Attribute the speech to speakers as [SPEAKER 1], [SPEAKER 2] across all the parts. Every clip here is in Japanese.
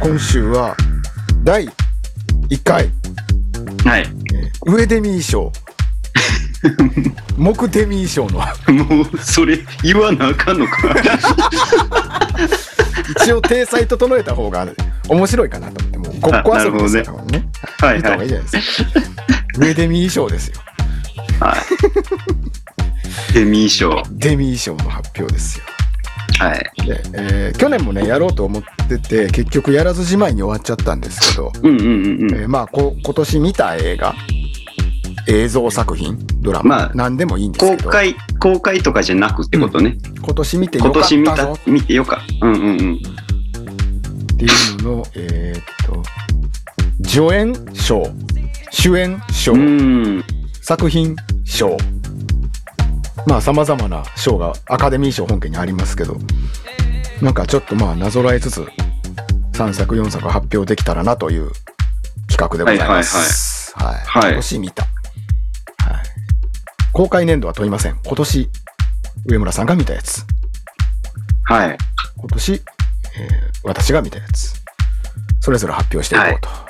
[SPEAKER 1] 今週は第1回
[SPEAKER 2] はい。
[SPEAKER 1] 上デミー 賞木デミー賞の
[SPEAKER 2] もう、それ、言わなあかんのか。
[SPEAKER 1] 一応体裁整えた方が面白いかなと思ってもうごっこ遊びですからね
[SPEAKER 2] は
[SPEAKER 1] 見
[SPEAKER 2] い
[SPEAKER 1] た方
[SPEAKER 2] は
[SPEAKER 1] がいい
[SPEAKER 2] い。
[SPEAKER 1] じゃないですか上デミー賞ですよ
[SPEAKER 2] はい。デミー賞。は
[SPEAKER 1] デミー賞の発表ですよ
[SPEAKER 2] い。
[SPEAKER 1] で、えー去年もねやろうと思ってて結局やらずじまいに終わっちゃったんですけど、
[SPEAKER 2] うんうんうんう
[SPEAKER 1] えーまあこ今年見た映画映像作品ドラマ、
[SPEAKER 2] まあ
[SPEAKER 1] 何でもいいんですけ
[SPEAKER 2] ん。公
[SPEAKER 1] ど
[SPEAKER 2] 開、公開とかじゃなくってことね。
[SPEAKER 1] 今年見てよ
[SPEAKER 2] 今
[SPEAKER 1] かっ
[SPEAKER 2] 年見
[SPEAKER 1] たぞ
[SPEAKER 2] た、見てよか。うんうんうん。
[SPEAKER 1] っていうのの、えーっと、助演賞、主演賞、
[SPEAKER 2] うん。
[SPEAKER 1] 作品賞、まあ、さまざまな賞がアカデミー賞本家にありますけど、なんかちょっとまあ、なぞらえつつ、3作、4作発表できたらなという企画でございます。はい
[SPEAKER 2] はいはいはい
[SPEAKER 1] 今年見た、はい。公開年度は問いません。今年、上村さんが見たやつ。
[SPEAKER 2] はい。
[SPEAKER 1] 今年、えー私が見たやつ、それぞれ発表していこ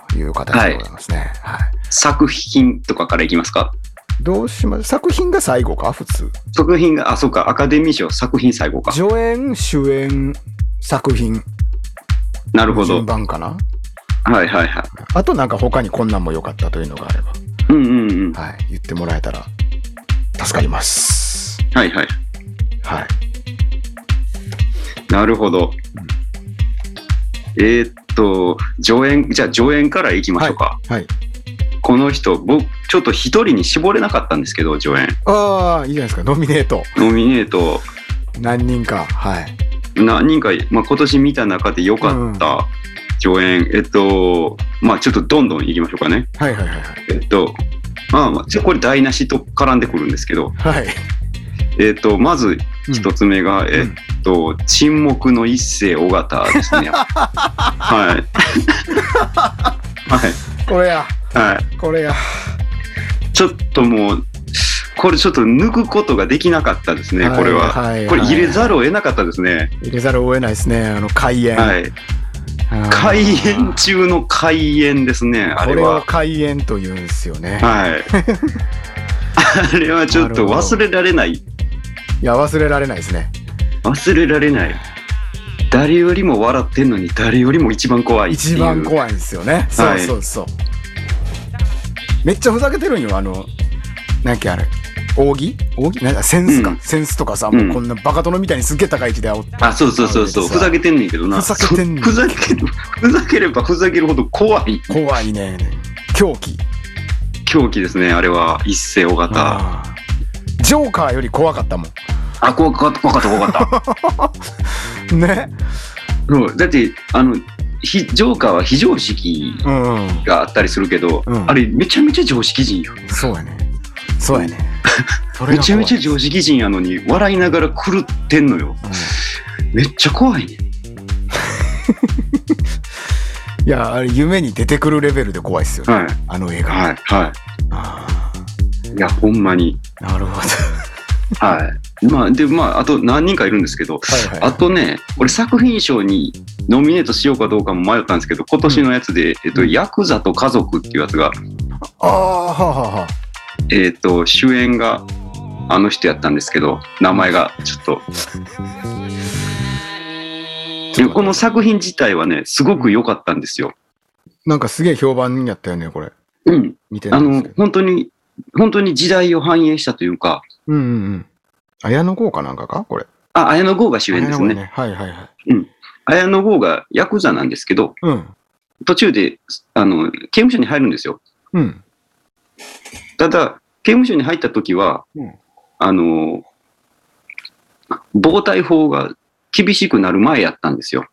[SPEAKER 1] うという形でございますね。はい
[SPEAKER 2] 作品とかからいきますか
[SPEAKER 1] どうします作品が最後か、普通。
[SPEAKER 2] 作品が、あ、そうか、アカデミー賞、作品最後か。
[SPEAKER 1] 助演、主演、作品、
[SPEAKER 2] なるほ
[SPEAKER 1] 順
[SPEAKER 2] ど。
[SPEAKER 1] 番かな。
[SPEAKER 2] はいはいはい。
[SPEAKER 1] あとなんか他にこんなんも良かったというのがあれば、
[SPEAKER 2] うんうんうん。
[SPEAKER 1] はい、言ってもらえたら助かります。
[SPEAKER 2] はいはい。
[SPEAKER 1] はい。
[SPEAKER 2] なるほど。えーっと、上演、じゃあ上演からいきましょうか。
[SPEAKER 1] はい。
[SPEAKER 2] この人、僕、ちょっと一人に絞れなかったんですけど、助演。
[SPEAKER 1] ああ、いいじゃないですか。ノミネート。
[SPEAKER 2] ノミネート、
[SPEAKER 1] 何人か。はい。
[SPEAKER 2] 何人か、まあ、今年見た中で良かった助演。えっと、まあ、ちょっとどんどんいきましょうかね。
[SPEAKER 1] はいはいはいはい。
[SPEAKER 2] えっと、まあまあ、ちょこれ台無しと絡んでくるんですけど、
[SPEAKER 1] はい。
[SPEAKER 2] えっと、まず一つ目が、え
[SPEAKER 1] うん
[SPEAKER 2] っと、沈黙の一世尾形で すね。はい。はい。
[SPEAKER 1] これや、
[SPEAKER 2] はい。
[SPEAKER 1] これや。
[SPEAKER 2] ちょっともう、これちょっと抜くことができなかったですね、これは。
[SPEAKER 1] いいい
[SPEAKER 2] これ入れざるを得なかったですね。
[SPEAKER 1] 入れざるを得ないですね。あの、開演。
[SPEAKER 2] はい。
[SPEAKER 1] あー
[SPEAKER 2] 開演中の開演ですね、あ
[SPEAKER 1] こ
[SPEAKER 2] れ
[SPEAKER 1] れを
[SPEAKER 2] は。
[SPEAKER 1] 開演というんですよね。
[SPEAKER 2] はい。あれはちょっと忘れられない。
[SPEAKER 1] いや、忘れられないですね。
[SPEAKER 2] 忘れられない。誰よりも笑ってんのに誰よりも一番怖いっていう。
[SPEAKER 1] 一番怖いんですよね。そう
[SPEAKER 2] はい
[SPEAKER 1] そうそう。めっちゃふざけてるんよ、あの、なんかあれ、扇扇なんかセンスか、
[SPEAKER 2] うん
[SPEAKER 1] センスとかさ、
[SPEAKER 2] うん
[SPEAKER 1] もうこんなバカ殿みたいにすっげえ高い位置で煽って。
[SPEAKER 2] あ、そうそうそうそう。ふざけてんねんけどな。
[SPEAKER 1] ふざけてんねん
[SPEAKER 2] ふざけ、ふざければふざけるほど怖い
[SPEAKER 1] 怖いね。狂気。
[SPEAKER 2] 狂気ですね、あれは。一世尾形。
[SPEAKER 1] あージョーカーより怖かったもん。
[SPEAKER 2] あ、怖かった、怖かった、怖かっ
[SPEAKER 1] ね。
[SPEAKER 2] た。そうだって、あの、ひジョーカーは非常識
[SPEAKER 1] うん、うん。
[SPEAKER 2] があったりするけど、
[SPEAKER 1] うん
[SPEAKER 2] あれ、めちゃめちゃ常識人よ。
[SPEAKER 1] そうやね。そうやね。それ
[SPEAKER 2] め
[SPEAKER 1] が怖い
[SPEAKER 2] ちゃめちゃ常識人やのに、笑いながら狂ってんのよ。
[SPEAKER 1] うん
[SPEAKER 2] めっちゃ怖いね。
[SPEAKER 1] いや、あれ、夢に出てくるレベルで怖いっすよね。
[SPEAKER 2] はい、
[SPEAKER 1] あの映画。
[SPEAKER 2] はい、は
[SPEAKER 1] あ
[SPEAKER 2] い。いや、ほんまに。
[SPEAKER 1] ーなるほど。
[SPEAKER 2] はい。まあ、で、まあ、あと何人かいるんですけど、
[SPEAKER 1] はい
[SPEAKER 2] あとね、俺作品賞にノミネートしようかどうかも迷ったんですけど、今年のやつで、えっと、ヤクザと家族っていうやつが、
[SPEAKER 1] ああ、はあはあはあ。
[SPEAKER 2] えっ、と、主演があの人やったんですけど、名前がちょっと。
[SPEAKER 1] ちょっと待って
[SPEAKER 2] この作品自体はね、すごく良かったんですよ。
[SPEAKER 1] なんかすげえ評判やったよね、これ。
[SPEAKER 2] うん。
[SPEAKER 1] 見てな
[SPEAKER 2] あ
[SPEAKER 1] いんです
[SPEAKER 2] の
[SPEAKER 1] けど、。
[SPEAKER 2] 本当に、本当に時代を反映したというか、
[SPEAKER 1] うんうんうん。綾野剛かなんかかこれ。
[SPEAKER 2] あ、綾野剛が主演です
[SPEAKER 1] 綾野剛
[SPEAKER 2] ね。。
[SPEAKER 1] はいはいはい。
[SPEAKER 2] 綾野剛がヤクザなんですけど、
[SPEAKER 1] うん。
[SPEAKER 2] 途中で、あの、刑務所に入るんですよ。
[SPEAKER 1] うん。
[SPEAKER 2] ただ、刑務所に入った時は、
[SPEAKER 1] うん
[SPEAKER 2] あの、防体法が厳しくなる前やったんですよ。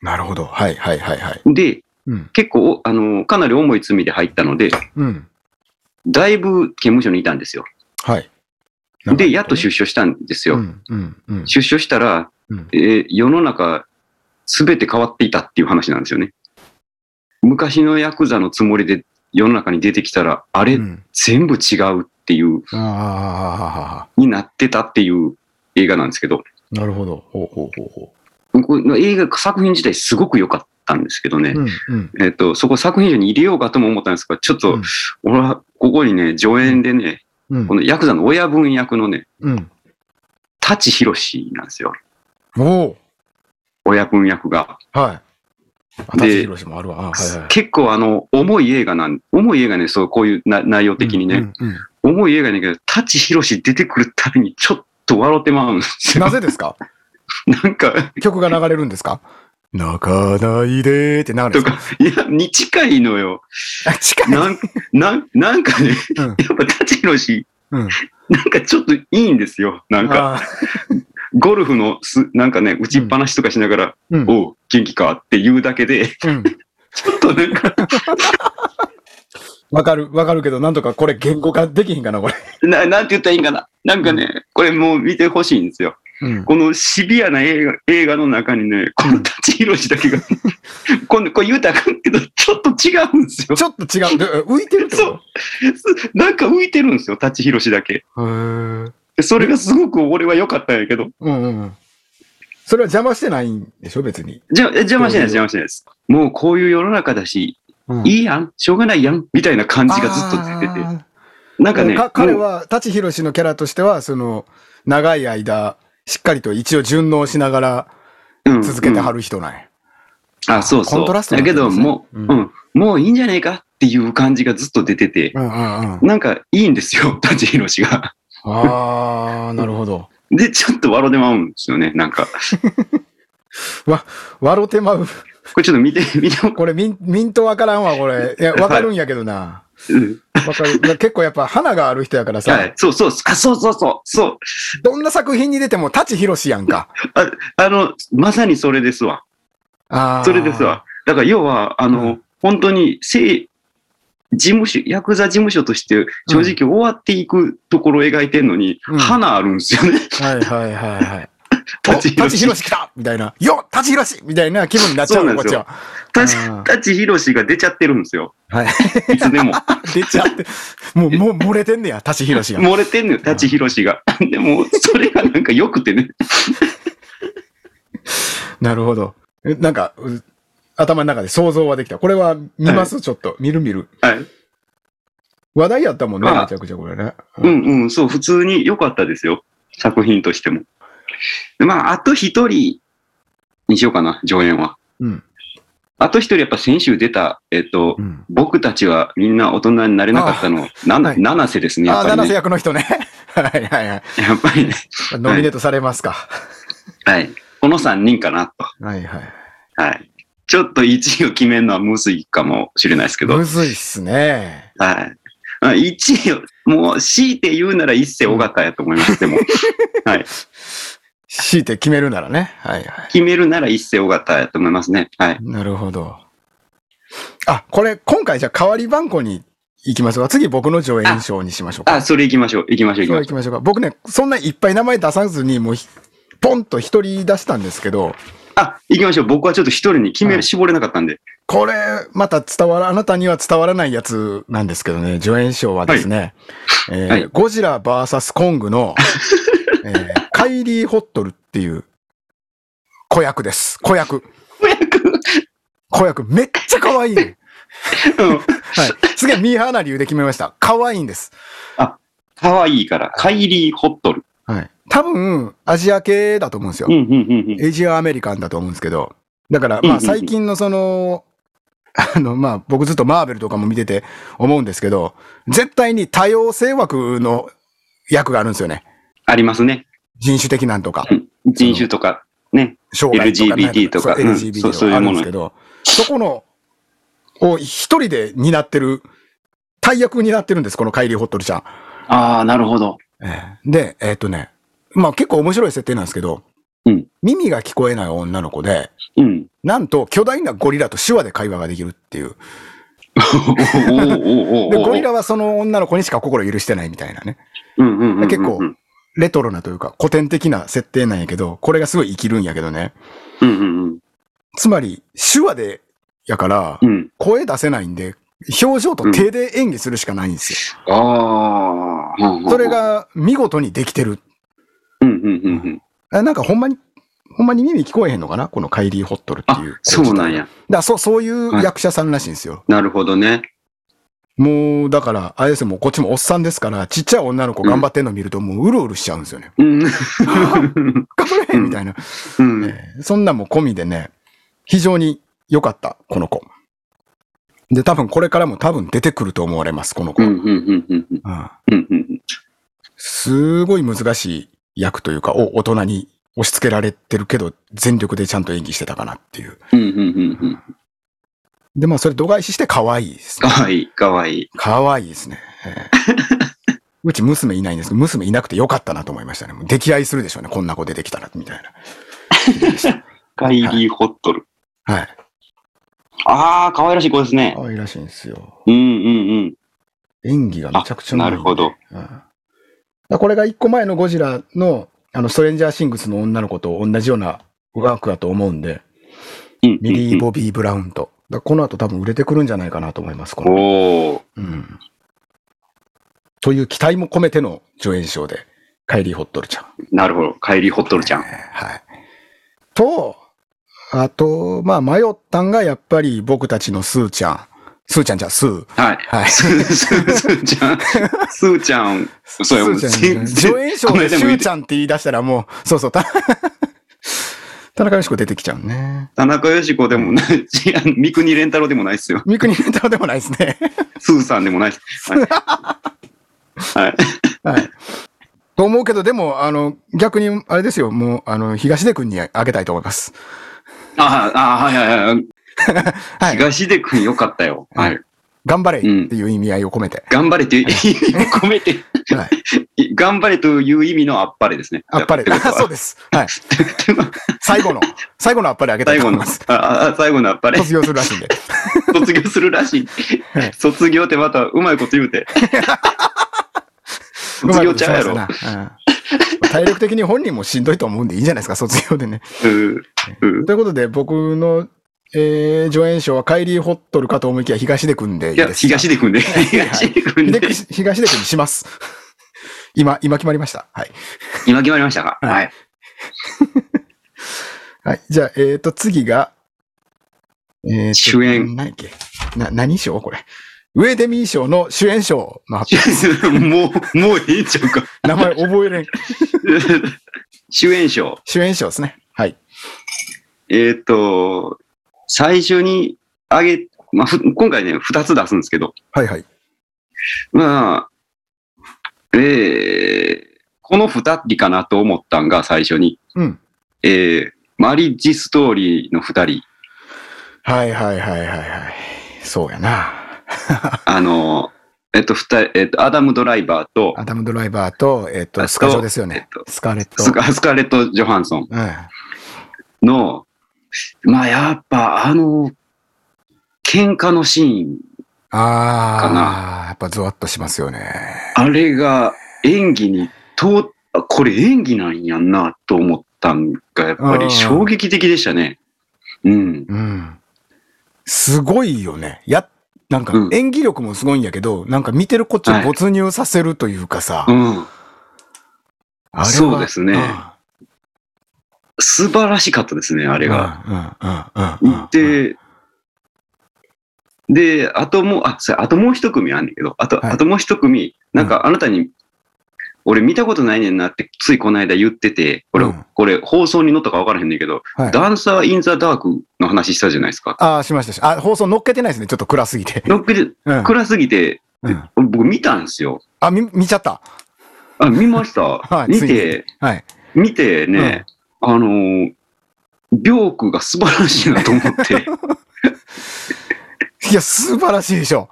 [SPEAKER 1] なるほど。はいはいはいはい。
[SPEAKER 2] で、
[SPEAKER 1] うん。
[SPEAKER 2] 結構、あの、かなり重い罪で入ったので、
[SPEAKER 1] うん。
[SPEAKER 2] だいぶ刑務所にいたんですよ。
[SPEAKER 1] はい。
[SPEAKER 2] で、やっと
[SPEAKER 1] 所
[SPEAKER 2] 出所したんですよ。
[SPEAKER 1] うんうんうん。
[SPEAKER 2] 出所したら、
[SPEAKER 1] うん
[SPEAKER 2] えー世の中、すべて変わっていたっていう話なんですよね。昔のヤクザのつもりで世の中に出てきたら、あれ、
[SPEAKER 1] うん
[SPEAKER 2] 全部違うっていう、
[SPEAKER 1] ああ、はははは。
[SPEAKER 2] になってたっていう映画なんですけど、
[SPEAKER 1] なるほど。ほうほうほうほ
[SPEAKER 2] この映画作品自体すごく良かったんですけどね、
[SPEAKER 1] うんうん
[SPEAKER 2] えっと、そこ作品賞に入れようかとも思ったんですが、ちょっと、
[SPEAKER 1] うん
[SPEAKER 2] 俺はここにね、助演でね、
[SPEAKER 1] うん
[SPEAKER 2] このヤクザの親分役のね、
[SPEAKER 1] うん
[SPEAKER 2] 舘ひろしなんですよ。
[SPEAKER 1] おお
[SPEAKER 2] 親分役が。
[SPEAKER 1] はいあ舘ひろしもあるわあはいはい
[SPEAKER 2] 結構あの、重い映画なん、重い映画ね、そう、こういうな内容的にね、
[SPEAKER 1] うんうんうん
[SPEAKER 2] 重い映画やねんけど、舘ひろし出てくるたびにちょっと笑ってまうんですよ。
[SPEAKER 1] なぜですか
[SPEAKER 2] なんか、
[SPEAKER 1] 曲が流れるんですか泣かないでーってなるんで
[SPEAKER 2] と
[SPEAKER 1] す
[SPEAKER 2] か
[SPEAKER 1] か、
[SPEAKER 2] いや、に近いのよ。
[SPEAKER 1] あ 近い
[SPEAKER 2] なん、 なん、なんかね、
[SPEAKER 1] うん
[SPEAKER 2] やっぱ舘ひろし、
[SPEAKER 1] うん
[SPEAKER 2] なんかちょっといいんですよ。なんか、
[SPEAKER 1] あー
[SPEAKER 2] ゴルフのす、なんかね、打ちっぱなしとかしながら、
[SPEAKER 1] うん
[SPEAKER 2] おう、元気かって言うだけで、
[SPEAKER 1] うん
[SPEAKER 2] ちょっとなんか、
[SPEAKER 1] わかるわかるけどなんとかこれ言語化できひんかなこれ
[SPEAKER 2] ななんて言ったらいいんかな。なんかね、これもう見てほしいんですよ。
[SPEAKER 1] うん
[SPEAKER 2] このシビアな映画映画の中にね、この舘ひろしだけが、 今度これ言うたらあかんけど、ちょっと違うんですよ。
[SPEAKER 1] ちょっと違うで浮いてるってこ
[SPEAKER 2] なんか浮いてるんですよ、舘ひろしだけ。
[SPEAKER 1] とへー
[SPEAKER 2] それがすごく俺は良かったんやけど。
[SPEAKER 1] うんうんうんそれは邪魔してないんでしょ別に、
[SPEAKER 2] じゃ、え邪魔しないです、邪魔しないです。もうこういう世の中だし、
[SPEAKER 1] うん
[SPEAKER 2] いいやん、しょうがないやん、みたいな感じがずっと出て
[SPEAKER 1] あ
[SPEAKER 2] て。
[SPEAKER 1] ー
[SPEAKER 2] なんかね、
[SPEAKER 1] か彼
[SPEAKER 2] もう
[SPEAKER 1] は、舘ひろしのキャラとしては、その、長い間、しっかりと一応順応しながら
[SPEAKER 2] うん
[SPEAKER 1] 続けてはる人なんや。
[SPEAKER 2] うんあ、そうそう。
[SPEAKER 1] コントラスト
[SPEAKER 2] だ
[SPEAKER 1] にな
[SPEAKER 2] け
[SPEAKER 1] ってま
[SPEAKER 2] ど、
[SPEAKER 1] すね
[SPEAKER 2] もう、
[SPEAKER 1] う
[SPEAKER 2] うんん、もういいんじゃないかっていう感じがずっと出てて、
[SPEAKER 1] うんうんうん。
[SPEAKER 2] なんかいいんですよ、舘ひろしが。
[SPEAKER 1] あー、なるほど。
[SPEAKER 2] で、ちょっと笑うてまうんですよね、なんか。
[SPEAKER 1] 笑てまう。
[SPEAKER 2] これちょっと見て、 見ても、
[SPEAKER 1] これ、ミン、ミントわからんわ、こ れ。いや、わかるんやけどな。
[SPEAKER 2] うん
[SPEAKER 1] わかる。結構やっぱ、花がある人やからさ、
[SPEAKER 2] はい、そうそう、あ、そうそうそう、そう。
[SPEAKER 1] どんな作品に出ても、舘ひろしやんか。
[SPEAKER 2] ああの、まさにそれですわ。
[SPEAKER 1] あー。
[SPEAKER 2] それですわ。だから要は、あの、
[SPEAKER 1] うん
[SPEAKER 2] 本当に、せい、事務所、ヤクザ事務所として、正直終わっていくところを描いてんのに、
[SPEAKER 1] うん
[SPEAKER 2] 花あるんですよね。
[SPEAKER 1] はいはいはいはい。お
[SPEAKER 2] 舘ひろ
[SPEAKER 1] 舘ひろ
[SPEAKER 2] し。
[SPEAKER 1] し来たみたいな。よ舘ひろしみたいな気分になっちゃう
[SPEAKER 2] そう
[SPEAKER 1] の、
[SPEAKER 2] な
[SPEAKER 1] こ
[SPEAKER 2] ん
[SPEAKER 1] っ
[SPEAKER 2] です
[SPEAKER 1] ち
[SPEAKER 2] よ
[SPEAKER 1] は。うん
[SPEAKER 2] 舘舘ひろしが出ちゃってるんで すよ。
[SPEAKER 1] はい。
[SPEAKER 2] いつでも。
[SPEAKER 1] 出ちゃって、もう、もう漏れてんねや、舘ひろしが。
[SPEAKER 2] 漏れてんのよ、舘ひろし が。でも、それがなんか良くてね。
[SPEAKER 1] なるほど。えなんか、う頭の中で想像はできた。これは見ます、ちょっと。見る見る。
[SPEAKER 2] はい。
[SPEAKER 1] 話題やったもんね、
[SPEAKER 2] ああ
[SPEAKER 1] めちゃくちゃこれね。
[SPEAKER 2] う
[SPEAKER 1] うん
[SPEAKER 2] んうん、そう、普通に良かったですよ。作品としても。でまあ、あと一人にしようかな、上演は。
[SPEAKER 1] うん。
[SPEAKER 2] あと一人、やっぱ先週出た、えっと、
[SPEAKER 1] うん
[SPEAKER 2] 僕たちはみんな大人になれなかったの、な
[SPEAKER 1] はい
[SPEAKER 2] 七瀬ですね、
[SPEAKER 1] あ
[SPEAKER 2] やっ
[SPEAKER 1] あ、
[SPEAKER 2] ぱり
[SPEAKER 1] 七瀬
[SPEAKER 2] ね。
[SPEAKER 1] 役の人ね。 はいはいはい。
[SPEAKER 2] やっぱりね。
[SPEAKER 1] ノミネートされますか。
[SPEAKER 2] はい。この3人かなと。
[SPEAKER 1] はいはい。
[SPEAKER 2] はい。ちょっと1位を決めるのはむずいかもしれないですけど。はい
[SPEAKER 1] むずいっすね。。
[SPEAKER 2] あ1位を、もう強いて言うなら一世尾形やと思います、でも。はい。
[SPEAKER 1] 強いて決めるならね。はいはい。
[SPEAKER 2] 決めるなら一世尾形やと思いますね。はい。
[SPEAKER 1] なるほど。あ、これ、今回じゃあ代わり番号に行きますが、次僕の上演賞にしましょうか。
[SPEAKER 2] あ、それ行きましょう。行きましょう、
[SPEAKER 1] そう
[SPEAKER 2] 行
[SPEAKER 1] 行
[SPEAKER 2] き
[SPEAKER 1] きましょうか。僕ね、そんないっぱい名前出さずに、もうひ、ポンと一人出したんですけど、
[SPEAKER 2] ましょう。あ、行きましょう。僕はちょっと一人に決め、
[SPEAKER 1] はい
[SPEAKER 2] 絞れなかったんで。
[SPEAKER 1] これ、また伝わら、あなたには伝わらないやつなんですけどね、助演賞はですね、えー
[SPEAKER 2] はい
[SPEAKER 1] ゴジラ VS コングの、えーカイリー・ホットルっていう子役です。子役。
[SPEAKER 2] 子役。
[SPEAKER 1] 子役。めっちゃ可 愛い、ね。
[SPEAKER 2] うん。
[SPEAKER 1] はい。すげえミーハーな理由で決めました。可愛いんです。
[SPEAKER 2] 可愛いから。カイリー・ホットル。
[SPEAKER 1] はい。多分、アジア系だと思うんですよ
[SPEAKER 2] うん。うんうんうん。
[SPEAKER 1] エイジアアメリカンだと思うんですけど、だから、
[SPEAKER 2] うんうん
[SPEAKER 1] まあ
[SPEAKER 2] うん
[SPEAKER 1] 最近のその、あの、まあ僕ずっとマーベルとかも見てて思うんですけど、絶対に多様性枠の役があるんですよね。
[SPEAKER 2] ありますね。
[SPEAKER 1] 人種的なんとか、
[SPEAKER 2] 人種とか、ね。
[SPEAKER 1] 障害とかなんや
[SPEAKER 2] LGBT とか
[SPEAKER 1] そう
[SPEAKER 2] うん
[SPEAKER 1] LGBT
[SPEAKER 2] そ
[SPEAKER 1] と
[SPEAKER 2] うそう
[SPEAKER 1] か
[SPEAKER 2] い
[SPEAKER 1] あ
[SPEAKER 2] う
[SPEAKER 1] る
[SPEAKER 2] も
[SPEAKER 1] んで
[SPEAKER 2] の
[SPEAKER 1] すけど、そこの、を一人で担ってる、大役になってるんです、このカイリー・ホットルちゃん。
[SPEAKER 2] ああ、なるほど。
[SPEAKER 1] ええで、えーっとね、まあ結構面白い設定なんですけど、
[SPEAKER 2] うん
[SPEAKER 1] 耳が聞こえない女の子で、
[SPEAKER 2] うん。
[SPEAKER 1] なんと巨大なゴリラと手話で会話ができるっていう。
[SPEAKER 2] おーおーおー
[SPEAKER 1] で、
[SPEAKER 2] おー
[SPEAKER 1] ゴリラはその女の子にしか心許してないみたいなね。
[SPEAKER 2] うんうんうんうんうん
[SPEAKER 1] 結構レトロなというか古典的な設定なんやけど、これがすごい生きるんやけどね。
[SPEAKER 2] うんうんうん。
[SPEAKER 1] つまり、手話で、やから
[SPEAKER 2] う、ん。
[SPEAKER 1] 声出せないんで、表情と手で演技するしかないんです
[SPEAKER 2] ああー。
[SPEAKER 1] よ。それ、が見事にできてる。
[SPEAKER 2] うんうんうんうん。
[SPEAKER 1] あなんかほんまに、ほんまに耳聞こえへんのかなこのカイリー・ホットルって
[SPEAKER 2] あ
[SPEAKER 1] いう。、
[SPEAKER 2] そうなん
[SPEAKER 1] や。だか
[SPEAKER 2] や。
[SPEAKER 1] らそう、そういう役者さんらしいんですよ。
[SPEAKER 2] なるほどね。
[SPEAKER 1] もう、だから、あれですよ、もうこっちもおっさんですから、ちっちゃい女の子頑張ってんの見ると、もううるうるしちゃうんですよね。
[SPEAKER 2] うん。
[SPEAKER 1] 頑張れみたいな。
[SPEAKER 2] うん。
[SPEAKER 1] ねそんなんも込みでね、非常に良かった、この子。で、多分これからも多分出てくると思われます、この子。
[SPEAKER 2] うん。うん。うん。うん。うん
[SPEAKER 1] うん
[SPEAKER 2] うん。うん。
[SPEAKER 1] すごい難しい役というか、を大人に押し付けられてるけど、全力でちゃんと演技してたかなっていう。
[SPEAKER 2] うん。うん。うん。
[SPEAKER 1] で、まあ、それ度外視して可愛いです
[SPEAKER 2] か
[SPEAKER 1] ね。
[SPEAKER 2] わいい。かわいい。
[SPEAKER 1] 可愛いですね。ええ うち娘いないんですけど、娘いなくてよかったなと思いましたね。もう溺愛するでしょうね。こんな子出てきたら、みたいな。
[SPEAKER 2] カイリー・ホットル。
[SPEAKER 1] はい。
[SPEAKER 2] ああ、可愛らしい子ですね。
[SPEAKER 1] 可愛らしいんですよ。
[SPEAKER 2] うんうんうん。
[SPEAKER 1] 演技がめちゃくちゃうま
[SPEAKER 2] ないるほど。
[SPEAKER 1] うんだからこれが一個前のゴジラの、あの、ストレンジャーシングスの女の子と同じようなワークだと思うんで、
[SPEAKER 2] うん
[SPEAKER 1] ミリー・
[SPEAKER 2] ボ
[SPEAKER 1] ボビー・ブラウンと。だからこの後多分売れてくるんじゃないかなと思います、この。
[SPEAKER 2] おお。
[SPEAKER 1] うん。という期待も込めての助演賞で、カイリー・ホットルちゃん。
[SPEAKER 2] なるほど。カイリー・ホットルちゃん。
[SPEAKER 1] はい。と、あと、まあ迷ったんがやっぱり僕たちのスーちゃん。スーちゃんじゃ、スー。
[SPEAKER 2] はい。
[SPEAKER 1] はい。
[SPEAKER 2] スー、スー、スーちゃん。スーちゃん。そうや、もう
[SPEAKER 1] スーちゃん
[SPEAKER 2] 全
[SPEAKER 1] ね助
[SPEAKER 2] 然。
[SPEAKER 1] 演賞
[SPEAKER 2] この
[SPEAKER 1] で
[SPEAKER 2] 間
[SPEAKER 1] シ
[SPEAKER 2] も
[SPEAKER 1] ュ
[SPEAKER 2] 言っ
[SPEAKER 1] ー
[SPEAKER 2] て
[SPEAKER 1] ちゃんって言い出したらもう、そうそう、た 田中よし子出てきちゃうね。
[SPEAKER 2] 田中よし子でもないし、あの三國連太郎でもないっすよ。
[SPEAKER 1] 三国連太郎でもないですね。
[SPEAKER 2] スーさんでもないっす。はい。はい
[SPEAKER 1] はい。と思うけど、でも、あの、逆に、あれですよ、もう、あの、東出君にあげたいと思います。
[SPEAKER 2] ああ、はいはいはい。
[SPEAKER 1] はい。
[SPEAKER 2] 東出くんよかったよ。
[SPEAKER 1] は
[SPEAKER 2] はいい。
[SPEAKER 1] 頑張れっていう意味合いを込めて。
[SPEAKER 2] 頑張れという意味を込めて、
[SPEAKER 1] はい。
[SPEAKER 2] 頑張れという意味のあっぱれですね。
[SPEAKER 1] あっぱれ。
[SPEAKER 2] ということ
[SPEAKER 1] あ
[SPEAKER 2] は
[SPEAKER 1] そうです。 はい。最後の、最後のあっぱれあげたい
[SPEAKER 2] 最
[SPEAKER 1] と
[SPEAKER 2] 後
[SPEAKER 1] 思い
[SPEAKER 2] の
[SPEAKER 1] ます。、
[SPEAKER 2] ああ最後のあっぱれ。
[SPEAKER 1] 卒業するらしいんで。
[SPEAKER 2] 卒業するらしい
[SPEAKER 1] はい。
[SPEAKER 2] 卒業ってまたうまいこと言うて。 卒業ちゃうやろ
[SPEAKER 1] うまいことしましたなうん体力的に本人もしんどいと思うんでいいんじゃないですか、卒業でね。
[SPEAKER 2] うんうん
[SPEAKER 1] ということで、僕の、えー、助演賞はカイリー・ホットルかと思いきや東出君でいい
[SPEAKER 2] いや、
[SPEAKER 1] です。
[SPEAKER 2] 東出くんで。東出くん
[SPEAKER 1] で
[SPEAKER 2] で。
[SPEAKER 1] くし東出君にします。 今、今決まりました。はい。
[SPEAKER 2] 今決まりましたか
[SPEAKER 1] はい
[SPEAKER 2] はい。
[SPEAKER 1] はい。じゃあ、えっ、ー、と、次が、えーと
[SPEAKER 2] 主演
[SPEAKER 1] 何やっけな、何賞これ。ウェーデミー賞の主演賞の発表。
[SPEAKER 2] もう、もういいんちゃうか。
[SPEAKER 1] 名前覚えれん。
[SPEAKER 2] 主演賞。
[SPEAKER 1] 主演賞ですね。はい。
[SPEAKER 2] えーっと、最初にあげ、まあ、ふ今回ね、二つ出すんですけど、
[SPEAKER 1] はいはい。
[SPEAKER 2] まあ、えー、この二人かなと思ったんが最初に、
[SPEAKER 1] うん。
[SPEAKER 2] えー、マリッジストーリーの二人、
[SPEAKER 1] はいはいはいはいはい。そうやな。
[SPEAKER 2] あの、えっと、二人、えっと、アダム・ドライバーと、
[SPEAKER 1] アダム・ドライバーと、えっ、
[SPEAKER 2] あ
[SPEAKER 1] と、
[SPEAKER 2] と
[SPEAKER 1] スカジョですよね。
[SPEAKER 2] えっ
[SPEAKER 1] スカーレット。
[SPEAKER 2] スカスカーレット・ジョハンソン
[SPEAKER 1] うん。
[SPEAKER 2] の、まあ、やっぱ、あの、喧嘩のシーン、か
[SPEAKER 1] ああ、やっぱゾワッとしますよね。
[SPEAKER 2] あれが演技にと、あこれ演技なんやんなと思ったんが、やっぱ
[SPEAKER 1] うん
[SPEAKER 2] り衝撃的でしたね。うん。
[SPEAKER 1] うん。すごいよね。や、なんか
[SPEAKER 2] うん
[SPEAKER 1] 演技力もすごいんやけど、なんか見てるこっちを
[SPEAKER 2] はい
[SPEAKER 1] 没入させるというかさ。
[SPEAKER 2] うん。
[SPEAKER 1] あれは
[SPEAKER 2] そうですね
[SPEAKER 1] あ
[SPEAKER 2] 素晴らしかったですね、あれが。
[SPEAKER 1] がうんうんうんうんうん。
[SPEAKER 2] で、で、あともう、あ、そうあともう一組あんねんけど、あと、
[SPEAKER 1] はい
[SPEAKER 2] あともう一組、なんかあなたに、俺見たことないねんなって、ついこの間言ってて、これ、
[SPEAKER 1] うん
[SPEAKER 2] これ放送に載ったか分からへんねんけど、
[SPEAKER 1] はい
[SPEAKER 2] ダンサー・イン・ザ・ダークの話したじゃないですか。
[SPEAKER 1] ああ、しましたし。あ、放送乗っけてないですね。ちょっと暗すぎて。
[SPEAKER 2] ロックで
[SPEAKER 1] うん。
[SPEAKER 2] 暗すぎて、
[SPEAKER 1] うん
[SPEAKER 2] 僕見たんですよ。
[SPEAKER 1] あ、み、見ちゃった。
[SPEAKER 2] あ、見ました。
[SPEAKER 1] はい
[SPEAKER 2] 見て、
[SPEAKER 1] はい。
[SPEAKER 2] 見てね、あのー、ビョークが素晴らしいなと 思って、
[SPEAKER 1] いや、素晴らしいでしょ。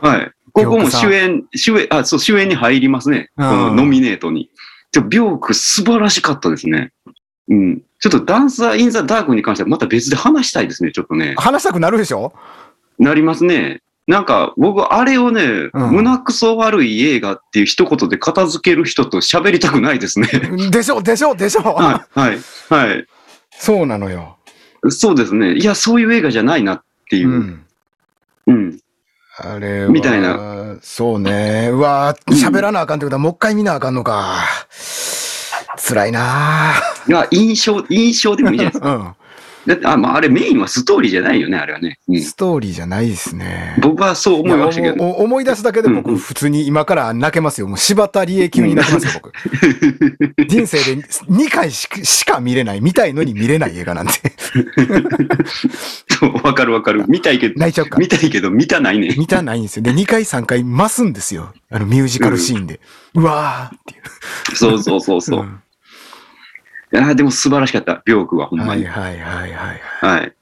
[SPEAKER 2] はい。ここ
[SPEAKER 1] ビョーク
[SPEAKER 2] も
[SPEAKER 1] さん
[SPEAKER 2] 主演、主演、あ、そう、主演に入りますね。
[SPEAKER 1] う
[SPEAKER 2] こ
[SPEAKER 1] ん
[SPEAKER 2] のノミネートに。でビョーク素晴らしかったですね。うん。ちょっとダンサー・イン・ザ・ダークに関してはまた別で話したいですね、ちょっとね。
[SPEAKER 1] 話したくなるでし ょ
[SPEAKER 2] なりますね。なんか、僕、あれをね、
[SPEAKER 1] うん
[SPEAKER 2] 胸くそ悪い映画っていう一言で片付ける人と喋りたくないですね。
[SPEAKER 1] でしょでしょでしょ、
[SPEAKER 2] はい、はい、はい。
[SPEAKER 1] そうなのよ。
[SPEAKER 2] そうですね。いや、そういう映画じゃないなっていうう。
[SPEAKER 1] ん。
[SPEAKER 2] うん。
[SPEAKER 1] あれは。
[SPEAKER 2] みたい
[SPEAKER 1] な。そうね。う わー喋らなあかんってことは、もう一回見なあかんのか。辛いなあ
[SPEAKER 2] いや、印象、印象でもいいじ ゃないですか。だって、あ、まあ、あれメインはストーリーじゃないよね、あれはね。う
[SPEAKER 1] うん。
[SPEAKER 2] ん。
[SPEAKER 1] ストーリーじゃないですね。
[SPEAKER 2] 僕はそう思いましたけ
[SPEAKER 1] いや
[SPEAKER 2] ど、
[SPEAKER 1] おお思い出すだけで
[SPEAKER 2] う
[SPEAKER 1] 僕、
[SPEAKER 2] ん
[SPEAKER 1] 普通に今から泣けますよ。もう柴田理恵級に泣けます よ、僕。人生で2回しかしか見れない、見たいのに見れない映画 なんて。
[SPEAKER 2] そうわかるわかる。見たいけど、
[SPEAKER 1] 泣いちゃうから。
[SPEAKER 2] 見たいけど、見たないね。
[SPEAKER 1] 見たないんですよ。で、2回3回増すんですよ。あの、ミュージカルシーンで。うわーっていう。
[SPEAKER 2] そうそうそうそう。
[SPEAKER 1] ん
[SPEAKER 2] いやーでも素晴らしかった、病句は、ほんま
[SPEAKER 1] はい
[SPEAKER 2] に。
[SPEAKER 1] はいはいはい。
[SPEAKER 2] はい。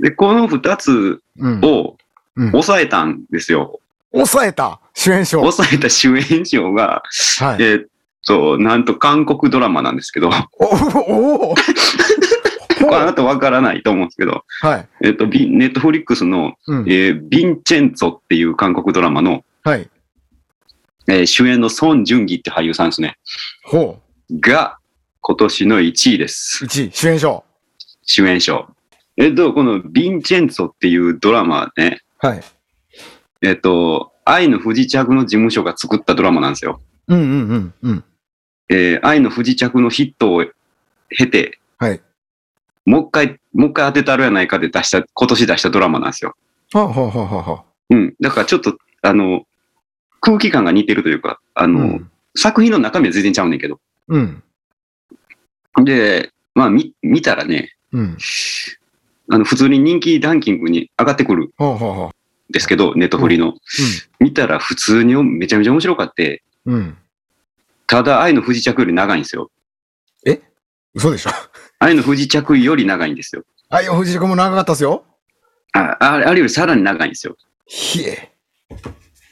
[SPEAKER 2] で、この二つ
[SPEAKER 1] うん。
[SPEAKER 2] を
[SPEAKER 1] うん
[SPEAKER 2] 抑えたんですよ。
[SPEAKER 1] 抑えた主演賞。
[SPEAKER 2] 抑えた主演賞が、
[SPEAKER 1] はい。
[SPEAKER 2] えーっと、なんと韓国ドラマなんですけど、こ
[SPEAKER 1] おおお
[SPEAKER 2] れあなたわからないと思うんですけど、
[SPEAKER 1] はい。
[SPEAKER 2] えーっと、ビネットフリックスの、
[SPEAKER 1] うん。
[SPEAKER 2] えービンチェンツォっていう韓国ドラマの、
[SPEAKER 1] はい。
[SPEAKER 2] えー主演のソン・ジュンギって俳優さんですね。
[SPEAKER 1] ほ
[SPEAKER 2] が、今年の1位です
[SPEAKER 1] う。。1位、主演賞。
[SPEAKER 2] 主演賞。えっと、このビンチェンツォっていうドラマね、
[SPEAKER 1] はい。
[SPEAKER 2] えっと、愛の不時着の事務所が作ったドラマなんですよ。
[SPEAKER 1] うんうんうんうん。
[SPEAKER 2] えー愛の不時着のヒットを経て、
[SPEAKER 1] はい。
[SPEAKER 2] もう一回、もう一回当てたろやないかで出した、今年出したドラマなんですよ。
[SPEAKER 1] はあ、はあはあはあは
[SPEAKER 2] うん。だからちょっと、あの、空気感が似てるというか、あ
[SPEAKER 1] あ。
[SPEAKER 2] の、。作品の中身は全然ちゃうねんけど。
[SPEAKER 1] うん。
[SPEAKER 2] で、まあ、見、見たらね、
[SPEAKER 1] うん。
[SPEAKER 2] あの、普通に人気ランキングに上がってくるん
[SPEAKER 1] はあはあはあ。
[SPEAKER 2] ですけど、ネットフリの。見たら普通にめちゃめちゃ面白かって、
[SPEAKER 1] うん。うん。
[SPEAKER 2] ただ愛の不時着より長いんですよ。
[SPEAKER 1] 嘘でしょ。
[SPEAKER 2] 愛の不時着より長いんですよ。
[SPEAKER 1] あ、いや、藤井君も長かったっすよ。
[SPEAKER 2] ああれあれよりさらに長いんですよ。
[SPEAKER 1] ひえ。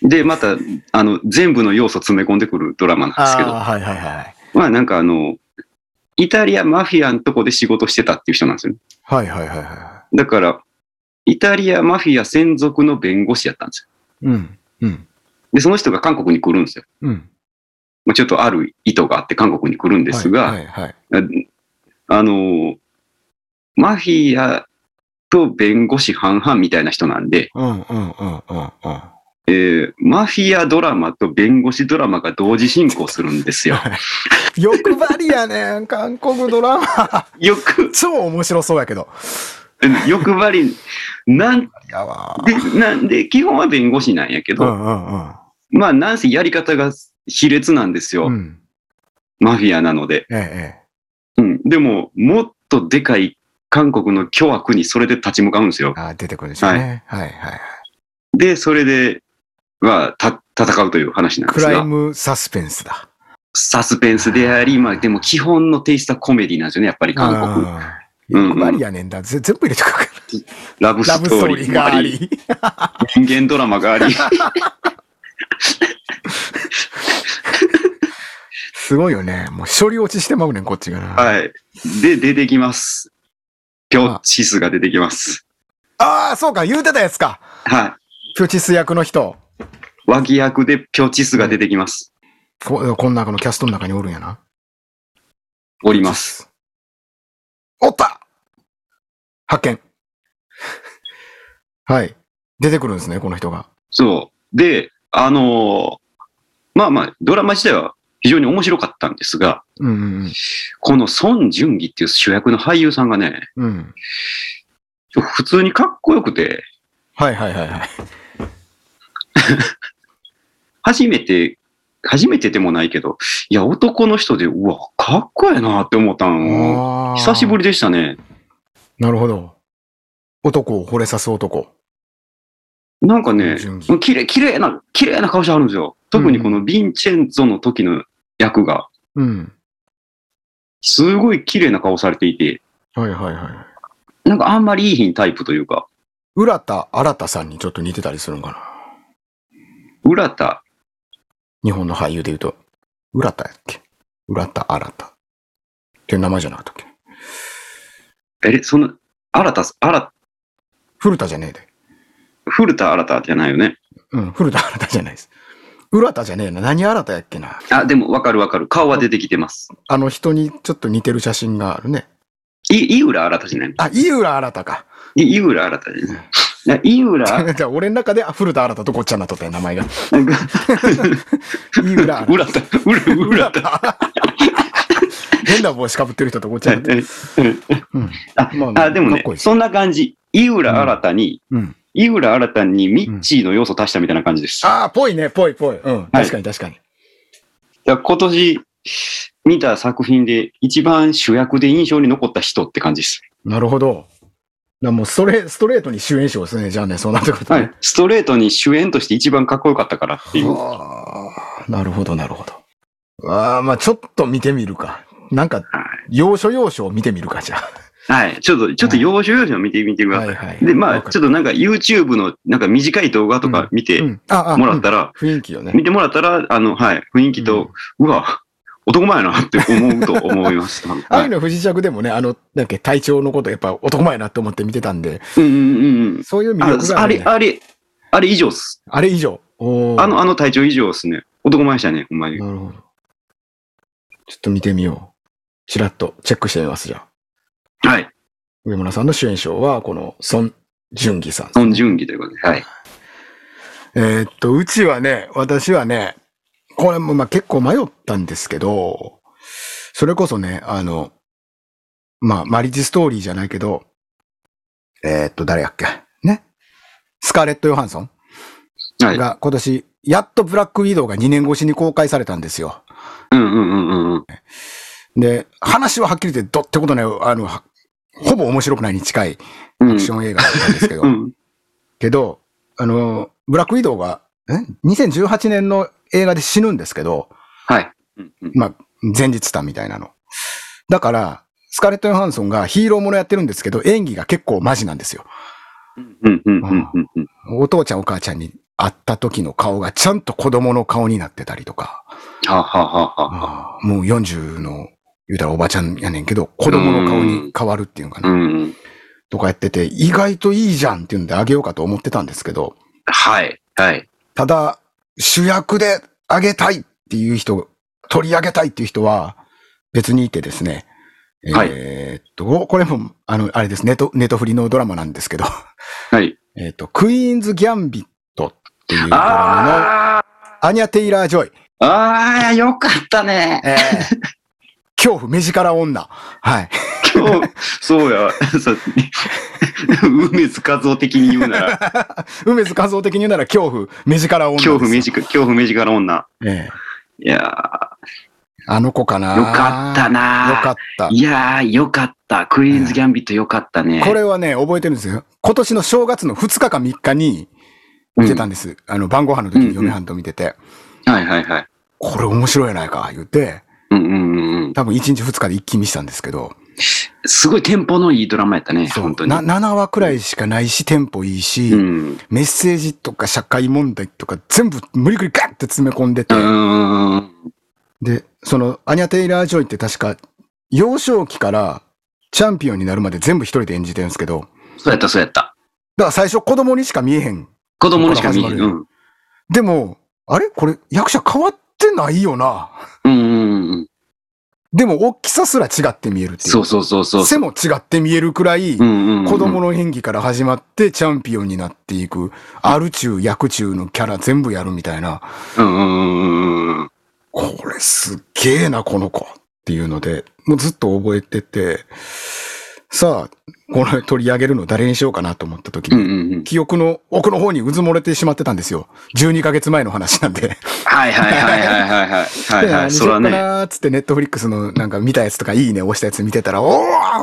[SPEAKER 2] で、また、あの、全部の要素詰め込んでくるドラマなんですけど、
[SPEAKER 1] はいはいはい。
[SPEAKER 2] まあなんかあの、イタリアマフィアのとこで仕事してたっていう人なんですよね。
[SPEAKER 1] はいはいはいは
[SPEAKER 2] だから、イタリアマフィア専属の弁護士やったんですよ。
[SPEAKER 1] い。うん。うん。
[SPEAKER 2] で、その人が韓国に来るんですよ。
[SPEAKER 1] うん。
[SPEAKER 2] まあ、ちょっとある意図があって韓国に来るんですが、
[SPEAKER 1] はいはいはい。
[SPEAKER 2] あの、マフィアと弁護士半々みたいな人なんで、
[SPEAKER 1] うんうんうんうんうん。
[SPEAKER 2] えーマフィアドラマと弁護士ドラマが同時進行するんですよ。
[SPEAKER 1] 欲張りやねん、韓国ドラマ。
[SPEAKER 2] よく、
[SPEAKER 1] 超面白そうやけど。
[SPEAKER 2] 欲張り、なん
[SPEAKER 1] やわー。
[SPEAKER 2] で、なんで、基本は弁護士なんやけ
[SPEAKER 1] う
[SPEAKER 2] ど、
[SPEAKER 1] んうんうん。
[SPEAKER 2] まあ、なんせやり方が卑劣なんですよ。
[SPEAKER 1] うん。
[SPEAKER 2] マフィアなので。
[SPEAKER 1] ええええ。
[SPEAKER 2] うん。でも、もっとでかい韓国の巨悪にそれで立ち向かうんですよ。
[SPEAKER 1] あー出てくるでしょうね。はいはいはい。
[SPEAKER 2] で、それで、は、た、戦うという話なんで
[SPEAKER 1] ク
[SPEAKER 2] す
[SPEAKER 1] ライ
[SPEAKER 2] が、
[SPEAKER 1] ムサスペンスだ。
[SPEAKER 2] サスペンスであり、まあ、でも基本のテイストはコメディなんですよね、やっぱり韓国。
[SPEAKER 1] 国
[SPEAKER 2] うん
[SPEAKER 1] 欲張りやねんだ。ぜ全部入れて くるから。
[SPEAKER 2] ラブ
[SPEAKER 1] ラ
[SPEAKER 2] ス
[SPEAKER 1] ブス
[SPEAKER 2] ト
[SPEAKER 1] ト
[SPEAKER 2] ー
[SPEAKER 1] ー
[SPEAKER 2] リ
[SPEAKER 1] リ
[SPEAKER 2] ー
[SPEAKER 1] ー
[SPEAKER 2] も
[SPEAKER 1] が
[SPEAKER 2] あ
[SPEAKER 1] あ
[SPEAKER 2] り、
[SPEAKER 1] り。
[SPEAKER 2] 人間ドラ マがあり、
[SPEAKER 1] すごいよね。もう処理落ちしてまうねん、こっちがな。い。
[SPEAKER 2] はい。で、出てきます。ピョチスが出てきます。
[SPEAKER 1] ああ、そうか、言うてたやつか。
[SPEAKER 2] は
[SPEAKER 1] ピョチス役の人。
[SPEAKER 2] い。脇役でピョチスが出てきます。
[SPEAKER 1] ここの中のキャストの中におるんやな。
[SPEAKER 2] おります。
[SPEAKER 1] おった発見。 はい。出てくるんですね、この人が。
[SPEAKER 2] そう。で、あのーまあまあ、ドラマ自体は非常に面白かったんですが、
[SPEAKER 1] うんうん
[SPEAKER 2] この孫淳義っていう主役の俳優さんがね、
[SPEAKER 1] うん。うん。
[SPEAKER 2] 普通にかっこよくて、
[SPEAKER 1] はいはいはいはい。
[SPEAKER 2] 初めて、初めてでもないけど、いや、男の人で、うわ、かっこええなって思ったの。久しぶ
[SPEAKER 1] り。
[SPEAKER 2] りでしたね。
[SPEAKER 1] なるほど。男を惚れさす男。
[SPEAKER 2] なんかね
[SPEAKER 1] 純義、
[SPEAKER 2] 綺麗、綺麗な、綺麗な顔してあるんですよ。特にこのヴィンチェンゾの時の役が、
[SPEAKER 1] うん。
[SPEAKER 2] すごい綺麗な顔されていて、
[SPEAKER 1] はいはいはい。
[SPEAKER 2] なんかあんまりいい品タイプというか、
[SPEAKER 1] 浦田新太さんにちょっと似てたりするんかな。
[SPEAKER 2] 浦田
[SPEAKER 1] 日本の俳優で言うと。浦田やっけ浦田新太。っていう名前じゃなかったっけ
[SPEAKER 2] え、その、新田、新、
[SPEAKER 1] 古田じゃねえで。
[SPEAKER 2] 古田新田じゃないよね。
[SPEAKER 1] うん、古田新太じゃないです。浦田じゃねえな。何新太やっけな。
[SPEAKER 2] あ、でもわかるわかる。顔は出てきてます。
[SPEAKER 1] あの人にちょっと似てる写真があるね。
[SPEAKER 2] い、井浦新田じゃない
[SPEAKER 1] あ、井浦新太か。
[SPEAKER 2] い井浦新田じゃない。いや井 浦、
[SPEAKER 1] じゃあ、俺の中であ古田新太とごっちゃになっとったよ、名前が。
[SPEAKER 2] なんか、
[SPEAKER 1] 井浦新
[SPEAKER 2] 浦田、浦、浦田。
[SPEAKER 1] 太。 変な帽子かぶってる人とごっちゃにな って。うん。
[SPEAKER 2] あ
[SPEAKER 1] まあまあ
[SPEAKER 2] あ、でも
[SPEAKER 1] かっ
[SPEAKER 2] ね
[SPEAKER 1] こいい、です
[SPEAKER 2] そんな感じ。井浦新に、
[SPEAKER 1] うん。
[SPEAKER 2] 井浦新にミッチーの要素足したみたいな感じです。
[SPEAKER 1] ああ、ぽいね、ぽいぽい。うん。確かに確かに。
[SPEAKER 2] だから今年見た作品で一番主役で印象に残った人って感じです。
[SPEAKER 1] なるほど。なもうそれ、ストレートに主演賞ですね。じゃあね、そうなってこと
[SPEAKER 2] は
[SPEAKER 1] ね。
[SPEAKER 2] い。ストレートに主演として一番かっこよかったからっていう。
[SPEAKER 1] はあなるほど、なるほど。ああ、まあちょっと見てみるか。なんか、要所要所を見てみるか、じゃ
[SPEAKER 2] はい。ちょっと、ちょっと要所要所見てみてく
[SPEAKER 1] あ。
[SPEAKER 2] ださい。
[SPEAKER 1] いは
[SPEAKER 2] で、まあ、
[SPEAKER 1] ょっ
[SPEAKER 2] ちょっとなんか YouTube のなんか短い動画とか見て
[SPEAKER 1] うん、ああ、
[SPEAKER 2] もらった
[SPEAKER 1] ら、
[SPEAKER 2] ら、
[SPEAKER 1] うん雰囲気よね。
[SPEAKER 2] 見てもらったら、あの、はい、雰囲気と、うわ、男前やなって思うと思います。はい
[SPEAKER 1] 愛の不時着でもね、あの、だっけ、体調のことやっぱ男前やなと思って見てたんで、
[SPEAKER 2] うんうんうんうん。
[SPEAKER 1] そういう魅
[SPEAKER 2] あ
[SPEAKER 1] 力があ
[SPEAKER 2] あ
[SPEAKER 1] る、
[SPEAKER 2] れ、
[SPEAKER 1] ね。あ
[SPEAKER 2] あれ、あれ以上っす。
[SPEAKER 1] れ以上。おー
[SPEAKER 2] あの、あの体調以上っすね。男前でしたね、ほんまに。
[SPEAKER 1] なるほど。ちょっと見てみよう。ちらっとチェックしてみます、じゃあ。
[SPEAKER 2] はい。
[SPEAKER 1] 上村さんの主演賞は、この、孫淳義さん。
[SPEAKER 2] 孫純義ということで。はい。
[SPEAKER 1] えーっと、うちはね、私はね、これもまあ結構迷ったんですけど、それこそね、あの、まあ、マリッジストーリーじゃないけど、えーっと、誰やっけね。スカーレット・ヨハンソン
[SPEAKER 2] はい。
[SPEAKER 1] が今年、やっとブラック・ウィドウが2年越しに公開されたんですよ。
[SPEAKER 2] うんうんうんうんうん。
[SPEAKER 1] で、話ははっきり言ってどってことない、あの、はほぼ面白くないに近いア
[SPEAKER 2] うん
[SPEAKER 1] クション映画だったんですけど、
[SPEAKER 2] うん。
[SPEAKER 1] けど、あの、ブラック・ウィドウが、え ?2018 年の映画で死ぬんですけど、
[SPEAKER 2] はい。うんうん
[SPEAKER 1] まあ、前日たみたいなの。だから、スカーレット・ヨハンソンがヒーローものやってるんですけど、演技が結構マジなんですよ。
[SPEAKER 2] うんうんうんうんうん。
[SPEAKER 1] お父ちゃんお母ちゃんに会った時の顔がちゃんと子供の顔になってたりとか、
[SPEAKER 2] はあはあはあはあ。
[SPEAKER 1] もう40の、言うたらおばちゃんやねんけど、子供の顔に変わるっていうのか
[SPEAKER 2] う
[SPEAKER 1] な、
[SPEAKER 2] んうん。
[SPEAKER 1] とかやってて、意外といいじゃんっていうんであげようかと思ってたんですけど、
[SPEAKER 2] はい。はい。
[SPEAKER 1] ただ、主役であげたいっていう人、取り上げたいっていう人は別にいてですね。
[SPEAKER 2] はい
[SPEAKER 1] えーっと、これも、あの、あれです、ネト、ネトフリのドラマなんですけど、
[SPEAKER 2] はい。
[SPEAKER 1] えーっと、クイーンズ・ギャンビットっていうドラ
[SPEAKER 2] あ
[SPEAKER 1] マのアニャ・テイラー・ジョイ、
[SPEAKER 2] あああ、よかったね。
[SPEAKER 1] えー恐怖、目力女。はい。
[SPEAKER 2] 今日、そうや、そう梅津和夫的に言 うなら、
[SPEAKER 1] 梅津和夫的に言うなら恐怖、目力女です。
[SPEAKER 2] 恐怖目力、恐怖目力女。
[SPEAKER 1] えー
[SPEAKER 2] いやー
[SPEAKER 1] あの子かな。
[SPEAKER 2] よかったな
[SPEAKER 1] よかった。
[SPEAKER 2] いやーよかった。クイーンズ・ギャンビットよかったね。
[SPEAKER 1] これはね、覚えてるんですよ。今年の正月の2日か3日に見てたんです。あの、晩ご飯の時に嫁はんと見てて、
[SPEAKER 2] はいはいはい。
[SPEAKER 1] これ面白いやないか、言って、
[SPEAKER 2] うんうんうんうん。
[SPEAKER 1] 多分1日2日で一気見したんですけど、
[SPEAKER 2] すごいテンポのいいドラマやったね、
[SPEAKER 1] そう
[SPEAKER 2] 本当に。
[SPEAKER 1] な7話くらいしかないし、テンポいいし、
[SPEAKER 2] うん。
[SPEAKER 1] メッセージとか社会問題とか全部無理くりガッて詰め込んでて、
[SPEAKER 2] うん。
[SPEAKER 1] で、その、アニャ・テイラー・ジョイって確か、幼少期からチャンピオンになるまで全部一人で演じてるんですけど、
[SPEAKER 2] そうやった、そうやった。
[SPEAKER 1] だから最初子供にしか見えへん
[SPEAKER 2] 子供にしか見えへん。
[SPEAKER 1] ここから
[SPEAKER 2] うん。
[SPEAKER 1] でも、あれこれ役者変わってないよな。
[SPEAKER 2] うんうんうん。
[SPEAKER 1] でも大きさすら違って見えるっていう。
[SPEAKER 2] そうそうそうそう。
[SPEAKER 1] 背も違って見えるくらい、
[SPEAKER 2] う
[SPEAKER 1] 子
[SPEAKER 2] んうんうん。
[SPEAKER 1] 供の演技から始まってチャンピオンになっていく、アル中、役中のキャラ全部やるみたいな、
[SPEAKER 2] うんうんうんうん。
[SPEAKER 1] これすっげえな、この子っていうので、もうずっと覚えてて、さあ、この取り上げるの誰にしようかなと思った時
[SPEAKER 2] う
[SPEAKER 1] に、
[SPEAKER 2] んうんうん。
[SPEAKER 1] 記憶の奥の方にうずもれてしまってたんですよ。12ヶ月前の話なんで。
[SPEAKER 2] はいはいはいはいはいはい。 はい
[SPEAKER 1] で、
[SPEAKER 2] は
[SPEAKER 1] 何
[SPEAKER 2] い。
[SPEAKER 1] し
[SPEAKER 2] そ
[SPEAKER 1] よ
[SPEAKER 2] ら
[SPEAKER 1] うか
[SPEAKER 2] ね。
[SPEAKER 1] なーっつって、ネットフリックスのなんか見たやつとか、いいね押したやつ見てたら、おー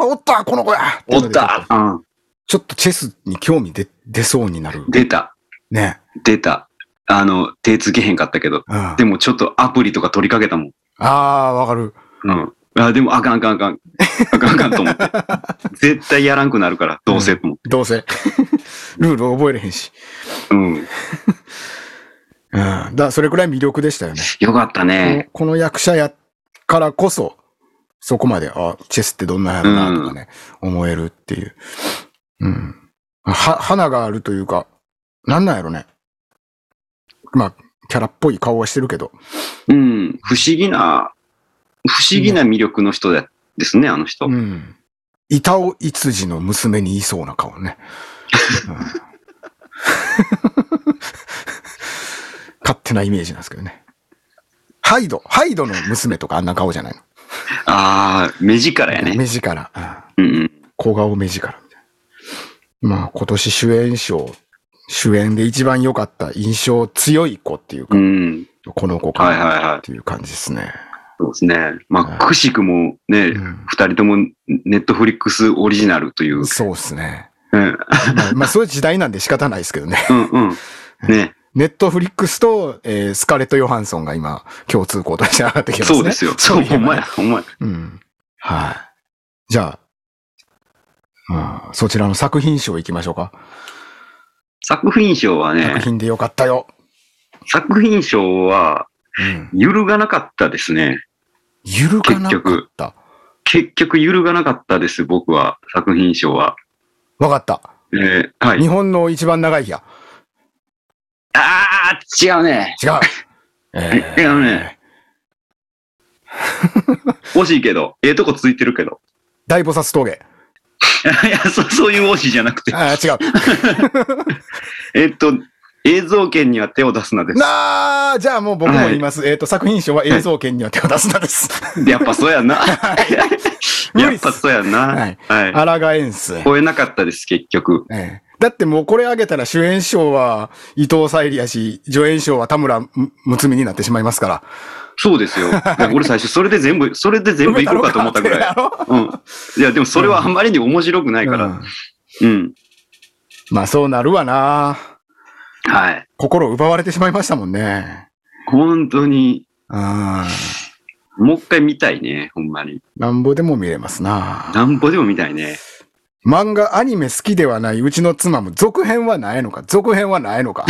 [SPEAKER 1] おったこの子やてい
[SPEAKER 2] お
[SPEAKER 1] うの
[SPEAKER 2] っ
[SPEAKER 1] で
[SPEAKER 2] たうん。
[SPEAKER 1] ちょっとチェスに興味出、出そうになる。
[SPEAKER 2] 出た。
[SPEAKER 1] ね。
[SPEAKER 2] 出た。あの、手つけへんかったけど。
[SPEAKER 1] うん。あ
[SPEAKER 2] でもちょっとアプリとか取りかけたもん。
[SPEAKER 1] あー、わかる。
[SPEAKER 2] うん。あ、でもあかんあかんあかん。あかんあかんと 思って。絶対やらんくなるから、どうせと思って。
[SPEAKER 1] どうせ。 ルール覚えれへんし。
[SPEAKER 2] うん。
[SPEAKER 1] うん。だからそれくらい魅力でしたよね。
[SPEAKER 2] よかったね。
[SPEAKER 1] このこの役者やからこそ、そこまで、あ、チェスってどんなんやろな、とかね、思えるっていう。うん。は、花があるというか、なんなんやろね。まあ、キャラっぽい顔はしてるけど。
[SPEAKER 2] うん。不思議な、不思議な魅力の人だですね、あの人。
[SPEAKER 1] うん。板尾いつじの娘に言いそうな顔ね。うん 勝手なイメージなんですけどね。ハイド、ハイドの娘とかあんな顔じゃないの
[SPEAKER 2] ああ、目力やね。
[SPEAKER 1] 目力。うん
[SPEAKER 2] うんうん。
[SPEAKER 1] 小顔目力みたいな。まあ今年主演賞、主演で一番良かった印象強い子っていうか、
[SPEAKER 2] うん。
[SPEAKER 1] この子か
[SPEAKER 2] はい
[SPEAKER 1] な
[SPEAKER 2] はいは
[SPEAKER 1] っ
[SPEAKER 2] い。
[SPEAKER 1] ていう感じですね。
[SPEAKER 2] そうですね。まあ、くしくもね、
[SPEAKER 1] うん
[SPEAKER 2] 二人ともネットフリックスオリジナルという。
[SPEAKER 1] そうですね。
[SPEAKER 2] うん
[SPEAKER 1] まあ、まあそういう時代なんで仕方ないですけどね。
[SPEAKER 2] うんうん。 ね。
[SPEAKER 1] ネットフリックスと、えースカレット・ヨハンソンが今共通項として上がってきますね。
[SPEAKER 2] そうですよ。そう、
[SPEAKER 1] いえば
[SPEAKER 2] ほ
[SPEAKER 1] ね
[SPEAKER 2] んまや、ほんまや。
[SPEAKER 1] うん。はい。じゃあ、うん、そちらの作品賞行きましょうか。
[SPEAKER 2] 作品賞は
[SPEAKER 1] 作
[SPEAKER 2] ね、
[SPEAKER 1] 品でよかったよ。
[SPEAKER 2] 作品賞は
[SPEAKER 1] うん。
[SPEAKER 2] 揺るがなかったですね。
[SPEAKER 1] 揺るがなか
[SPEAKER 2] 結局
[SPEAKER 1] った。
[SPEAKER 2] 結局揺るがなかったです、僕は、作品賞は。
[SPEAKER 1] わかった。
[SPEAKER 2] えー、はい。
[SPEAKER 1] 日本の一番長い日や。
[SPEAKER 2] あー、違うね。
[SPEAKER 1] 違う。えー
[SPEAKER 2] 違うね。惜しいけど、ええとこついてるけど。
[SPEAKER 1] 大菩薩峠。
[SPEAKER 2] いや、そそういう惜しいじゃなくて。
[SPEAKER 1] ああ、違 う。
[SPEAKER 2] えっと、映像権には手を出すなです。
[SPEAKER 1] なあ、じゃあもう僕も言います。えっと、作品賞は映像権には手を出すなです。
[SPEAKER 2] やっぱそうやな。
[SPEAKER 1] 無理
[SPEAKER 2] や
[SPEAKER 1] っ
[SPEAKER 2] っ
[SPEAKER 1] す
[SPEAKER 2] ぱそうや
[SPEAKER 1] は。
[SPEAKER 2] ないはい。
[SPEAKER 1] あらがえんす。
[SPEAKER 2] 超えなかったです、結局。
[SPEAKER 1] ええだってもうこれあげたら主演賞は伊藤沙莉やし、助演賞は田村睦美になってしまいますから。
[SPEAKER 2] そうですよ。だから俺最初、それで全部、それで全部いこうかと思った ぐらい。
[SPEAKER 1] い。
[SPEAKER 2] うん。いや、でもそれはあまりに面白くないか
[SPEAKER 1] う
[SPEAKER 2] ら。
[SPEAKER 1] ん
[SPEAKER 2] うん。
[SPEAKER 1] まあそうなるわな。
[SPEAKER 2] はい。
[SPEAKER 1] 心奪われてしまいましたもんね。
[SPEAKER 2] 本当に、
[SPEAKER 1] うん。
[SPEAKER 2] もう一回見たいね、ほんまに。
[SPEAKER 1] なんぼでも見れますな。
[SPEAKER 2] なんぼでも見たいね。
[SPEAKER 1] 漫画、アニメ好きではないうちの妻も続編はないのか続編はないの か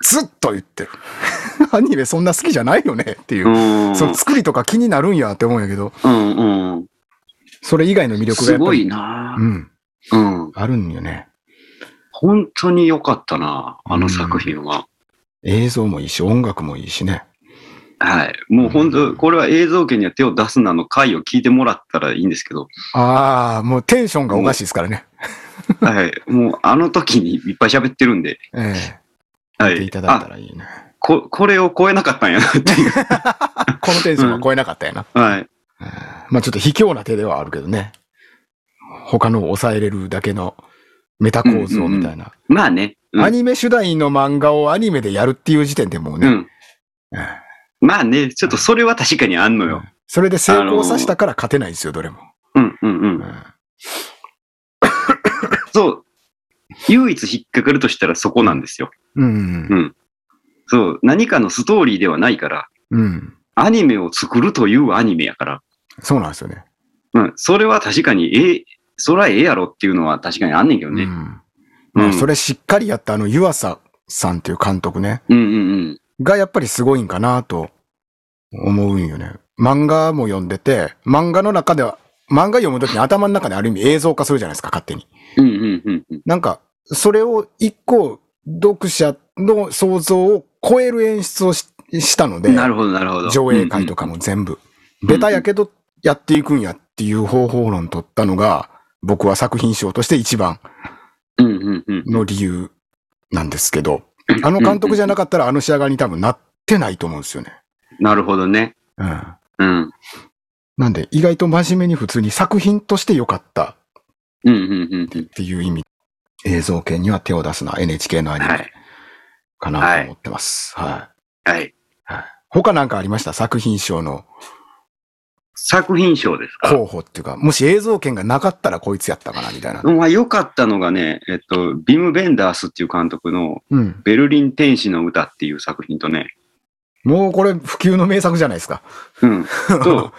[SPEAKER 1] ずっと言ってる。 アニメそんな好きじゃないよねっていうう。
[SPEAKER 2] ん。
[SPEAKER 1] その作りとか気になるんやって思うんやけど、
[SPEAKER 2] うんうん。
[SPEAKER 1] それ以外の魅力がやっ
[SPEAKER 2] す
[SPEAKER 1] ぱ
[SPEAKER 2] ご
[SPEAKER 1] り。
[SPEAKER 2] いな
[SPEAKER 1] う、ん。
[SPEAKER 2] うん、
[SPEAKER 1] あるんよね。
[SPEAKER 2] 本当に良かったな、あの作品は。
[SPEAKER 1] 映像もいいし、音楽もいいしね。
[SPEAKER 2] はい。もう
[SPEAKER 1] う
[SPEAKER 2] 本
[SPEAKER 1] ん
[SPEAKER 2] 当、これは映像権には手を出すなの回を聞いてもらったらいいんですけど、
[SPEAKER 1] ああ、もうテンションがおかしいですからね。
[SPEAKER 2] はい。もうあの時にいっぱい喋ってるんで、
[SPEAKER 1] え
[SPEAKER 2] は
[SPEAKER 1] え。見てい
[SPEAKER 2] い。
[SPEAKER 1] ただいた
[SPEAKER 2] あ、
[SPEAKER 1] らいいね。
[SPEAKER 2] こ、これを超えなかったんやなって いう。
[SPEAKER 1] このテンションは超えなかったよな。
[SPEAKER 2] はい。
[SPEAKER 1] まあちょっと卑怯な手ではあるけどね。他のを抑えれるだけのメタ構造みたいな。
[SPEAKER 2] まあね。うん
[SPEAKER 1] アニメ主題の漫画をアニメでやるっていう時点でもう
[SPEAKER 2] う
[SPEAKER 1] ね、
[SPEAKER 2] ん。まあね、ちょっとそれは確かにあんのよ。
[SPEAKER 1] それで成功させたから勝てないんですよ、どれも。
[SPEAKER 2] うんうんう
[SPEAKER 1] うん
[SPEAKER 2] ん。そう。唯一引っかかるとしたらそこなんですよ。
[SPEAKER 1] うん。
[SPEAKER 2] そう。何かのストーリーではないから、
[SPEAKER 1] うん。
[SPEAKER 2] アニメを作るというアニメやから。
[SPEAKER 1] そうなんですよね。
[SPEAKER 2] うん。それは確かに、ええ、そらええやろっていうのは確かにあんねんけど
[SPEAKER 1] う
[SPEAKER 2] ね。
[SPEAKER 1] ん。
[SPEAKER 2] う
[SPEAKER 1] まあ
[SPEAKER 2] ん。
[SPEAKER 1] それしっかりやったあの湯浅さんっていう監督ね、
[SPEAKER 2] うんうんうん。
[SPEAKER 1] がやっぱりすごいんかなと思うんよね。漫画も読んでて、漫画の中では、漫画読むときに頭の中である意味映像化するじゃないですか、勝手に。
[SPEAKER 2] うんうんうんうん。
[SPEAKER 1] なんか、それを一個、読者の想像を超える演出をししたので、
[SPEAKER 2] なるほど、なるほど。
[SPEAKER 1] 上映会と
[SPEAKER 2] か。
[SPEAKER 1] かも全部。
[SPEAKER 2] ん
[SPEAKER 1] ベタやけど、やっていくんやっていう方法論取ったのが、僕は作品賞として一番
[SPEAKER 2] うんうんうん。
[SPEAKER 1] の理由なんですけど、あの監督じゃなかったらあの仕上がりに多分なってないと思うんですよね。
[SPEAKER 2] なるほどね。
[SPEAKER 1] うん。
[SPEAKER 2] うん。
[SPEAKER 1] なんで、意外と真面目に普通に作品として良かった
[SPEAKER 2] うんうんうんう
[SPEAKER 1] っ
[SPEAKER 2] ん。
[SPEAKER 1] ていう意味。映像系には手を出すな、NHK のアニ
[SPEAKER 2] は
[SPEAKER 1] メ
[SPEAKER 2] い。
[SPEAKER 1] かなと思ってます。はい
[SPEAKER 2] はい。
[SPEAKER 1] 他なんかありました作品賞の
[SPEAKER 2] 作品賞ですか。
[SPEAKER 1] 候補っていうか、もし映像権がなかったらこいつやったかな、みたいな。
[SPEAKER 2] まあ、良かったのがね、えっと、ビム・ベンダースっていう監督の
[SPEAKER 1] うん。
[SPEAKER 2] ベルリン天使の歌っていう作品とね、
[SPEAKER 1] もうこれ普及の名作じゃないですか。
[SPEAKER 2] うん。
[SPEAKER 1] は
[SPEAKER 2] そ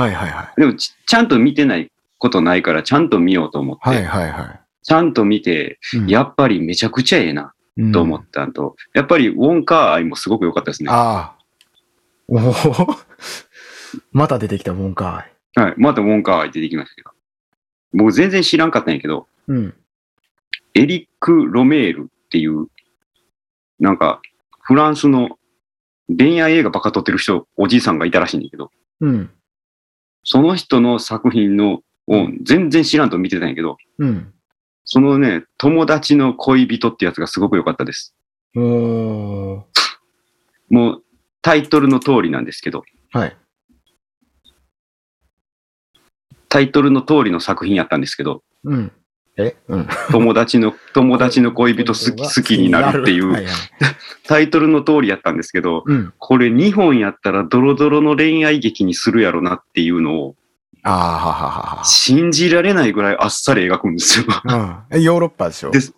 [SPEAKER 1] い はいはい。
[SPEAKER 2] う。でもち、ちゃんと見てないことないから、ちゃんと見ようと思って、
[SPEAKER 1] はいはいは
[SPEAKER 2] ちゃんと見て、
[SPEAKER 1] い。うん
[SPEAKER 2] やっぱりめちゃくちゃええな、と思っ。たのと、やっぱりウォンカー愛もすごく良かったです
[SPEAKER 1] うん
[SPEAKER 2] ね。は
[SPEAKER 1] ああ。おお。 また出てきたもんか
[SPEAKER 2] い。またウォンカー愛出てきましたけど。僕全然知らんかったんやけど、
[SPEAKER 1] い。うん。
[SPEAKER 2] エリック・ロメールっていう、なんか、フランスの恋愛映画ばっか撮ってる人、おじいさんがいたらしいんだけど、
[SPEAKER 1] うん。
[SPEAKER 2] その人の作品のを全然知らんと見てたんやけど、
[SPEAKER 1] うん。
[SPEAKER 2] そのね、友達の恋人ってやつがすごく良かったです。
[SPEAKER 1] おお。
[SPEAKER 2] もう、タイトルの通りなんですけど、
[SPEAKER 1] はい。
[SPEAKER 2] タイトルの通りの作品やったんですけ ど、
[SPEAKER 1] うん。えうん。
[SPEAKER 2] 友達の、友達の恋人好き好きになるってい
[SPEAKER 1] は
[SPEAKER 2] う
[SPEAKER 1] は
[SPEAKER 2] タイトルの通りやったんですけど、
[SPEAKER 1] うん。
[SPEAKER 2] これ2本やったらドロドロの恋愛劇にするやろなっていうのを
[SPEAKER 1] ああ、はははは
[SPEAKER 2] 信じられないぐらいあっさり描くんですよ。
[SPEAKER 1] は。うん。えヨーロッパでしょ
[SPEAKER 2] です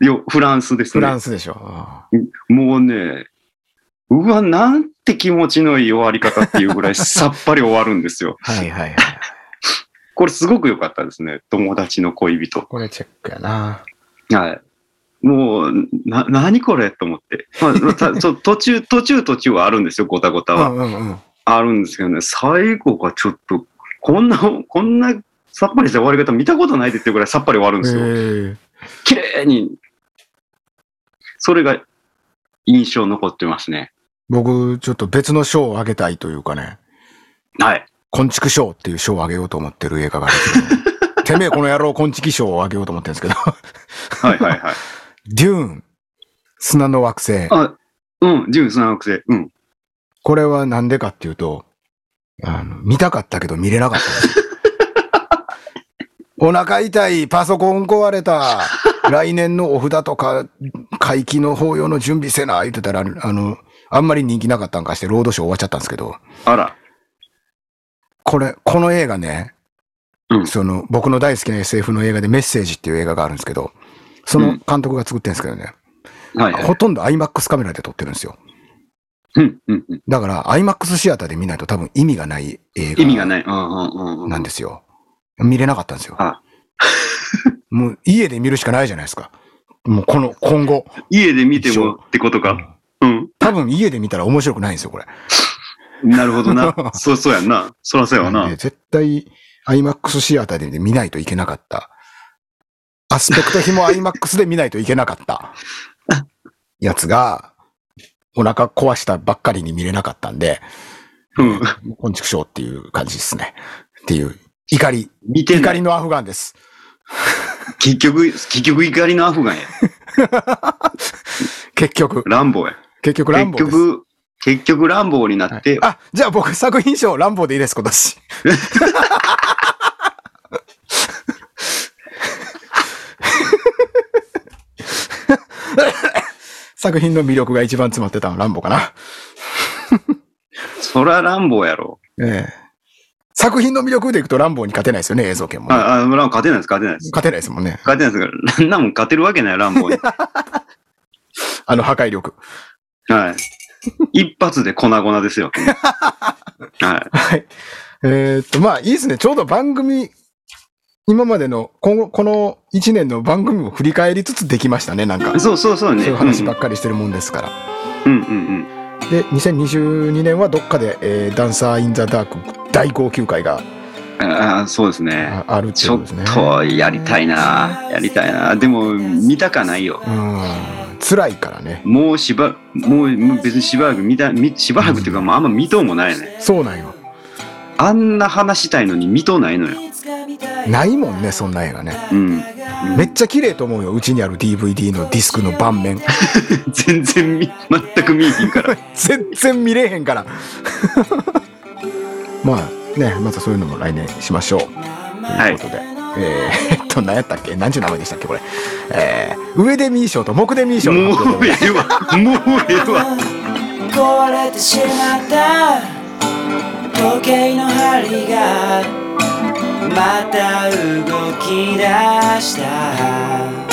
[SPEAKER 2] よフランスです
[SPEAKER 1] フラ
[SPEAKER 2] ね
[SPEAKER 1] ン。スでしょあ
[SPEAKER 2] もうね、うわ、なんて気持ちのいい終わり方っていうぐらいさっぱり終わるんですよ。
[SPEAKER 1] あはいはいはい。
[SPEAKER 2] これすごく良かったですね。友達の恋人。
[SPEAKER 1] これチェックやな。
[SPEAKER 2] はい。もう、な、何これと思って。まあ、たそう途中、 途中途中はあるんですよ、ごたごた
[SPEAKER 1] う
[SPEAKER 2] は。
[SPEAKER 1] んうんうん。
[SPEAKER 2] あるんですけどね、最後がちょっと、こんな、こんなさっぱりした終わり方見たことないでっていうぐらいさっぱり終わるんですよ。
[SPEAKER 1] ええ
[SPEAKER 2] 綺麗に。それが印象残ってますね。
[SPEAKER 1] 僕、ちょっと別の賞をあげたいというかね、
[SPEAKER 2] はい。
[SPEAKER 1] 昆虫賞っていう賞をあげようと思ってる映画があるんですけ ど、てめえこの野郎昆虫賞をあげようと思ってるんですけど、
[SPEAKER 2] はいはいはい。
[SPEAKER 1] デューン、砂の惑星。
[SPEAKER 2] あ、うん、ジュンスの惑星。うん。
[SPEAKER 1] これはなんでかっていうと、あの、見たかったけど見れなかったんですよ。 お腹痛い、パソコン壊れた、来年のお札とか、会期の法要の準備せな、言ってたら、あの、あんまり人気なかったんかして、ロードショー終わっちゃったんですけど、
[SPEAKER 2] あら。
[SPEAKER 1] これ、この映画ね、
[SPEAKER 2] うん
[SPEAKER 1] その、僕の大好きな SF の映画でメッセージっていう映画があるんですけど、その監督が作ってるんですけどね、
[SPEAKER 2] はいはい。
[SPEAKER 1] ほとんど IMAX カメラで撮ってるんですよ。
[SPEAKER 2] うん、うん、うん。
[SPEAKER 1] だから、IMAX シアターで見ないと多分意味がない映画。
[SPEAKER 2] 意味がない。うん、うん、うん。
[SPEAKER 1] なんですよ。見れなかったんですよ
[SPEAKER 2] あ。
[SPEAKER 1] もう家で見るしかないじゃないですか。もうこの、今後。
[SPEAKER 2] 家で見て
[SPEAKER 1] 一緒
[SPEAKER 2] もってこと
[SPEAKER 1] う
[SPEAKER 2] か。
[SPEAKER 1] ん
[SPEAKER 2] うん。
[SPEAKER 1] 多分家で見たら面白くないんですよ、これ。
[SPEAKER 2] なるほ どな。そう、そうやんな。そらそうやわ
[SPEAKER 1] なんで
[SPEAKER 2] な。
[SPEAKER 1] 絶対 IMAX シアターで見ないといけなかった。アスペクト比も IMAX で見ないといけなかった。やつが、お腹壊したばっかりに見れなかったんで、
[SPEAKER 2] うん。
[SPEAKER 1] 昆虫症っていう感じですね。っていう、怒り、
[SPEAKER 2] 見て
[SPEAKER 1] 怒
[SPEAKER 2] な
[SPEAKER 1] り
[SPEAKER 2] い。
[SPEAKER 1] のアフガンです。
[SPEAKER 2] 結局、結局怒りのアフガンや。
[SPEAKER 1] 結局、
[SPEAKER 2] ランボーや。
[SPEAKER 1] 結局ラン
[SPEAKER 2] 結
[SPEAKER 1] ボーです。
[SPEAKER 2] 局、結局乱暴になって、
[SPEAKER 1] あ、じゃあ僕作品賞ランボーでいいです、今年。作品の魅力が一番詰まってたのはランボーかな。
[SPEAKER 2] そら乱暴やろ。
[SPEAKER 1] ええ作品の魅力でいくとランボーに勝てないですよね、映像権もね、
[SPEAKER 2] あ、あ、乱暴勝てないです、勝てないです。
[SPEAKER 1] 勝てないですもんね。
[SPEAKER 2] 勝てないですから、んなもん勝てるわけない、乱 暴に。
[SPEAKER 1] あの破壊力。
[SPEAKER 2] はい。一発で粉々で すよ。は
[SPEAKER 1] はい。えーっと、まあいいですね。ちょうど番組、今までの、この、この1年の番組を振り返りつつできましたね、なんか。
[SPEAKER 2] い。そうそうそうね。
[SPEAKER 1] そういう話ばっ
[SPEAKER 2] か
[SPEAKER 1] かりしてるもんですから。
[SPEAKER 2] うんうんうん。
[SPEAKER 1] で2022年はどっかで、えーダンサー・イン・ザ・ダーク大号泣会が
[SPEAKER 2] ああ、そうですね。
[SPEAKER 1] ああるって
[SPEAKER 2] ち
[SPEAKER 1] こ
[SPEAKER 2] ょ
[SPEAKER 1] と
[SPEAKER 2] っ
[SPEAKER 1] ですね。
[SPEAKER 2] とやりたいな。やりたいな。でも、見たかないよ。
[SPEAKER 1] うん辛いからね。
[SPEAKER 2] もうしば、もうもう別にしばらく見た、みしばらくっていうか、まああんま見とうもないね。
[SPEAKER 1] そうなんよ。
[SPEAKER 2] あんな話したいのに見とうないのよ。
[SPEAKER 1] ないもんねそんな映画ね。
[SPEAKER 2] うん。
[SPEAKER 1] めっちゃ綺麗と思うようちにある DVD のディスクの盤 面
[SPEAKER 2] 全然見、全く見えへんから。
[SPEAKER 1] 全然見れへんから まあねまたそういうのも来年しましょうということで、えー、えっ と何やったっけ何ちゅう名前でしたっけこれ、えー、上デミー賞と木デミー賞の発
[SPEAKER 2] も
[SPEAKER 1] 表
[SPEAKER 2] う
[SPEAKER 1] で
[SPEAKER 2] ええわ。もうええわ。
[SPEAKER 3] 壊れてしまった時計の針がまた動き出した